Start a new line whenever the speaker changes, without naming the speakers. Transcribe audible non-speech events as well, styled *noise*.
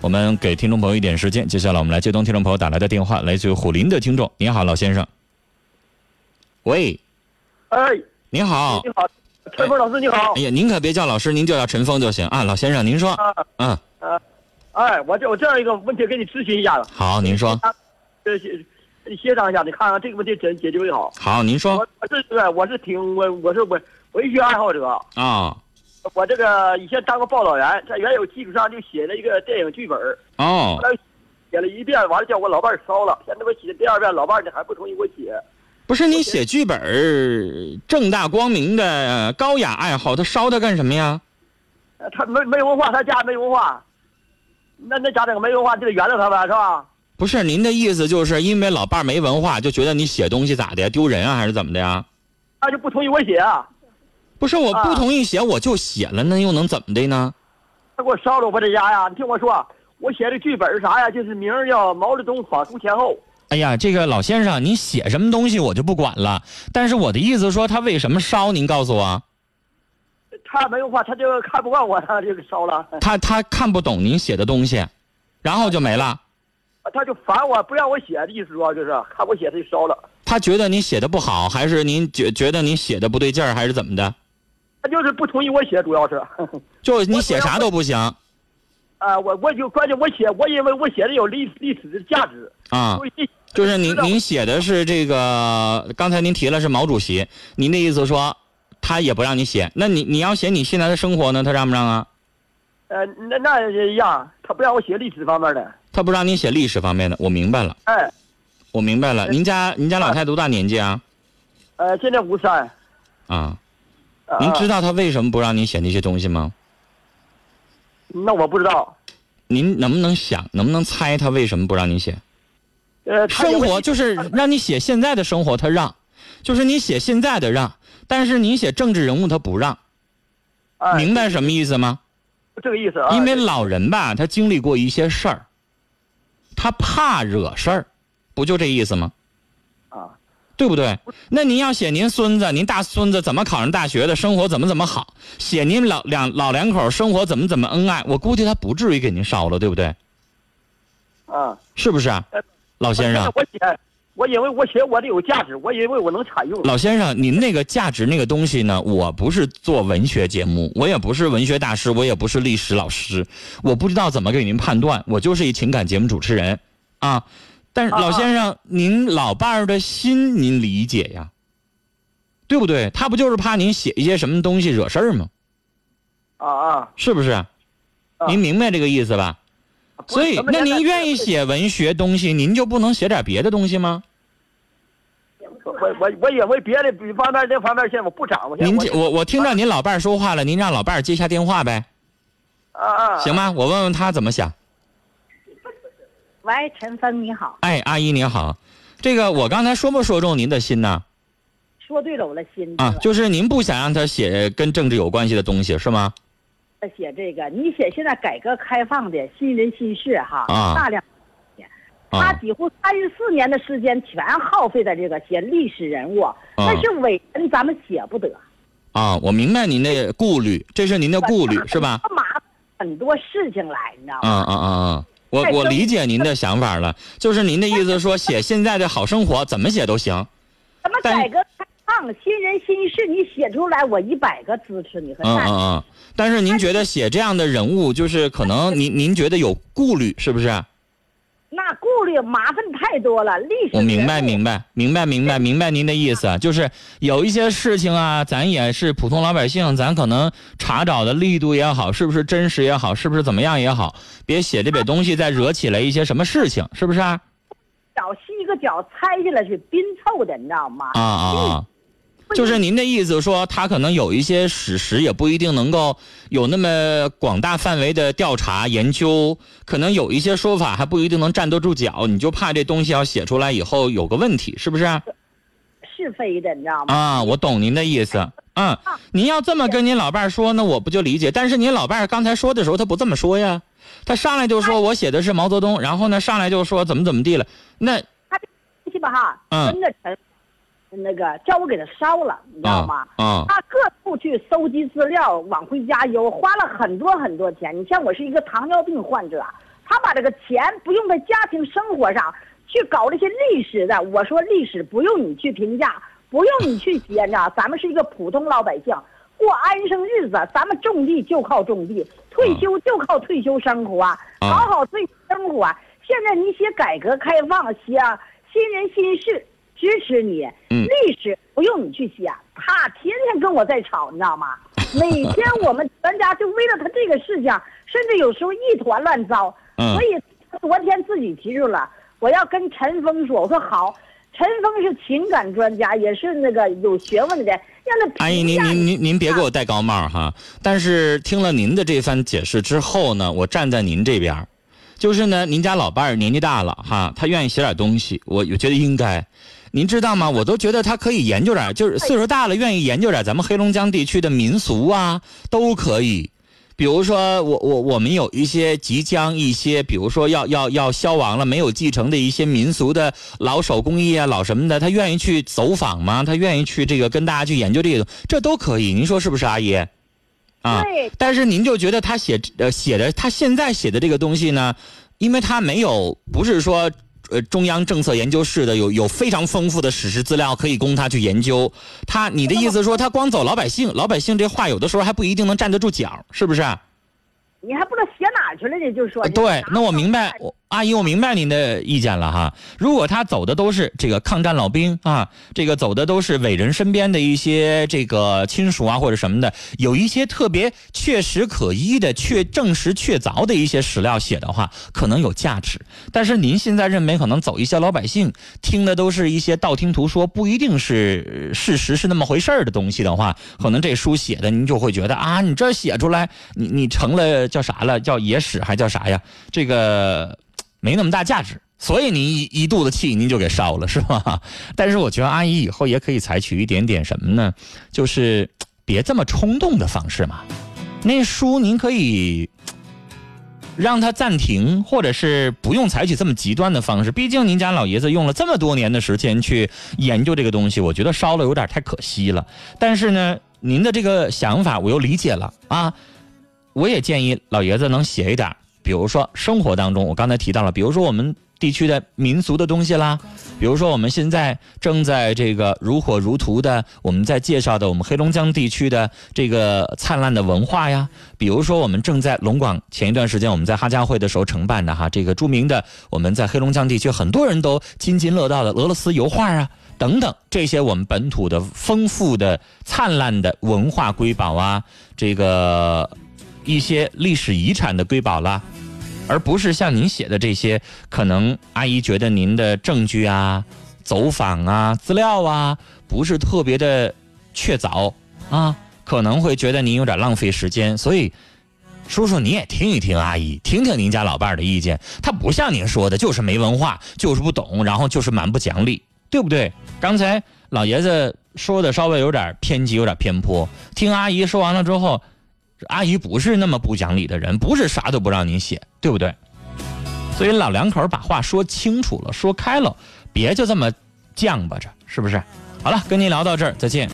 我们给听众朋友一点时间，接下来我们来接通听众朋友打来的电话，来自于虎林的听众。您好，老先生。喂，
哎，
您好
你。好，陈峰老师你好
哎。呀，您可别叫老师，您就叫陈峰就行啊，老先生，您说。
啊，
嗯，
哎，我这我这样一个问题跟你咨询一下子，
好，您说。
这协协商一下，你看看这个问题怎解决为好。
好，您说
我我是我是挺我我是文文学爱好者，
啊、
我这个以前当过报道员，在原有基础上就写了一个电影剧本，后
哦，
来写了一遍，完了叫我老伴儿烧了，现在我写第二遍，老伴儿呢还不同意我写。
不是你写剧本儿正大光明的高雅爱好，他烧它干什么呀？
呃他没没文化，他家没文化，那那家长没文化就得原谅他呗，是吧？
不是您的意思，就是因为老伴儿没文化，就觉得你写东西咋的呀，丢人啊，还是怎么的呀？
他就不同意我写啊，
不是我
啊
不同意写，我就写了，那又能怎么的呢？
他给我烧了我这家呀。你听我说，我写的剧本是啥呀？就是名儿叫《毛泽东访苏前后》。
哎呀，这个老先生，您写什么东西我就不管了，但是我的意思说他为什么烧，您告诉我，
他没文化，他就看不惯我，他就给烧了， *laughs*
他他看不懂您写的东西，然后就没了，
他就烦我，不让我写的意思说就是看我写他就烧了。
他觉得您写的不好，还是您觉觉得您写的不对劲儿，还是怎么的？
他就是不同意我写，主要是。
就你写啥都不行
啊，我我就关键我写，我认为我写的有历历史的价值，
啊
所，以
就是您
知道
您写的是这个，刚才您提了是毛主席，您的意思说他也不让你写，那你你要写你现在的生活呢，他让不让啊？
呃，那那也一样，他不让我写历史方面的，
他不让你写历史方面的，我明白了，
哎，
我明白了。您家您家老太多大年纪啊？
呃，现在五十三，
啊，
呃
您知
道？
道他为什么不让你写那些东西吗？
那我不知道，
您能不能想，能不能猜他为什么不让你写？
呃，他
生
有
活
一
就是让你写现在的生活，他让，就是你写现在的让，但是你写政治人物他不让，
哎
明白什么意思吗？
这个意思啊，
因为老人吧，他经历过一些事儿，他怕惹事儿，不就这意思吗？
啊，
对不对？那您要写您孙子、您大孙子怎么考上大学的，生活怎么怎么好，写您老两老两口生活怎么怎么恩爱，我估计他不至于给您烧了，对不对？
啊，
是不是啊
呃，
老先生？
*laughs* 我写，我因为我写我的有价值，我因为我能采用，
老先生，您那个价值那个东西呢？我不是做文学节目，我也不是文学大师，我也不是历史老师，我不知道怎么给您判断。我就是一情感节目主持人啊。但是
啊
老先生，您老伴儿的心您理解呀，对不对？他不就是怕您写一些什么东西惹事儿吗？
啊啊，
是不是？您明白这个意思吧？所以，那您愿意？写文学东西，您就不能写点别的东西吗？
我我我因为别的比方面这方面现在我不掌握，
您
这
这我我听到您老伴儿说话了，您让老伴儿接下电话呗。
啊啊，
行吗？我问问他怎么想。
喂，陈峰你好，
哎，阿姨您好，这个我刚才说没说中您的心呢？
说对了，我的心
啊，
对
就是您不想让他写跟政治有关系的东西是吗？
吧写这个，你写现在改革开放的新人新事哈，
啊
大量，他
啊，
几乎三十四年的时间全耗费在这个写历史人物，那是伟人咱们写不得，
啊，我明白您的顾虑，这是您的顾虑是吧？
他麻烦很多事情来，你知道
啊
吗？
啊啊啊！我我理解您的想法了，就是您的意思说写现在的好生活怎么写都行，
咱们
但是
改革开放新人新事，你写出来我一百个支持你和
嗯嗯
赞成。
嗯。但是您觉得写这样的人物，就是可能您您觉得有顾虑是不是？
那顾虑麻烦太多了，历史
我明白，
人物
明白，明白，明白，明白您的意思，啊，就是有一些事情啊，咱也是普通老百姓，咱可能查找的力度也好，是不是真实也好，是不是怎么样也好，别写这点东西再惹起来一些什么事情，是不是啊？
脚西一个脚拆下来是拼凑的，你知道吗？
啊啊啊！就是您的意思说，他可能有一些史实也不一定能够有那么广大范围的调查研究，可能有一些说法还不一定能站得住脚，你就怕这东西要写出来以后有个问题，是不是啊？
是非的，你知道吗？
啊，我懂您的意思。嗯，您要这么跟您老伴儿说，那我不就理解？但是您老伴儿刚才说的时候，他不这么说呀，他上来就
哎
说我写的是毛泽东，然后呢，上来就说怎么怎么地了。那
东西吧哈，
嗯
真的陈，那个叫我给他烧了，你知道吗？
啊啊
他各处去搜集资料，往回家邮，花了很多很多钱。你像我是一个糖尿病患者，他把这个钱不用在家庭生活上去搞这些历史的。我说历史不用你去评价，不用你去编呐， *laughs* 咱们是一个普通老百姓，过安生日子，咱们种地就靠种地，退
啊
休就靠退休生活，
嗯
搞好退休生活。啊现在你写改革开放，写新人新事，支持你。
嗯
历史不用你去写，他天天跟我在吵，你知道
*laughs*
吗？每天我们全家就为了他这个事情，甚至有时候一团乱糟。
嗯
所以昨天自己提出了，我要跟陈峰说，我说好。陈峰是情感专家，也是那个有学问的人，让他
阿姨，
评
您
价
您
你
您您别给我戴高帽儿哈！但是听了您的这番解释之后呢，我站在您这边儿，就是呢，您家老伴儿年纪大了哈，他愿意写点东西，我我觉得应该。您知道吗？我都觉得他可以研究点儿，就是岁数大了愿意研究点儿咱们黑龙江地区的民俗啊，都可以。比如说，我我我们有一些即将一些，比如说要要要消亡了，没有继承的一些民俗的老手工艺啊，老什么的，他愿意去走访吗？他愿意去这个跟大家去研究这个，这都可以，您说是不是，阿姨？啊，
对
但是您就觉得他写呃写的他现在写的这个东西呢，因为他没有不是说呃中央政策研究室的有有非常丰富的史实资料可以供他去研究，他你的意思说他光走老百姓，老百姓这话有的时候还不一定能站得住脚，是不是？啊
你还不知道写哪儿去了呢，就说
呃对，那我明白，
我。
我阿姨，我明白您的意见了哈。如果他走的都是这个抗战老兵啊，这个走的都是伟人身边的一些这个亲属啊或者什么的，有一些特别确实可依的、确证实确凿的一些史料写的话，可能有价值。但是您现在认为可能走一些老百姓听的都是一些道听途说，不一定是呃事实是那么回事儿的东西的话，可能这书写的您就会觉得啊，你这写出来，你你成了叫啥了？叫野史还叫啥呀？这个没那么大价值。所以您一一肚子气，您就给烧了， *laughs* 是吧？但是我觉得阿姨以后也可以采取一点点什么呢？就是别这么冲动的方式嘛。那书您可以让它暂停，或者是不用采取这么极端的方式。毕竟您家老爷子用了这么多年的时间去研究这个东西，我觉得烧了有点太可惜了。但是呢，您的这个想法我又理解了啊。我也建议老爷子能写一点儿，比如说生活当中，我刚才提到了，比如说我们地区的民俗的东西啦，比如说我们现在正在这个如火如荼的，我们在介绍的我们黑龙江地区的这个灿烂的文化呀，比如说我们正在龙广前一段时间我们在哈家会的时候承办的哈，这个著名的我们在黑龙江地区很多人都津津乐道的俄罗斯油画啊。等等，这些我们本土的丰富的、灿烂的文化瑰宝啊，这个一些历史遗产的瑰宝啦，而不是像您写的这些，可能阿姨觉得您的证据啊、走访啊、资料啊，不是特别的确凿啊，可能会觉得您有点浪费时间，所以。叔叔，你也听一听阿姨，听听您家老伴儿的意见。他不像您说的，就是没文化，就是不懂，然后就是蛮不讲理，对不对？刚才老爷子说的稍微有点偏激，有点偏颇。听阿姨说完了之后，阿姨不是那么不讲理的人，不是啥都不让您写，对不对？所以老两口把话说清楚了，说开了，别就这么犟巴着，是不是？好了，跟您聊到这儿，再见。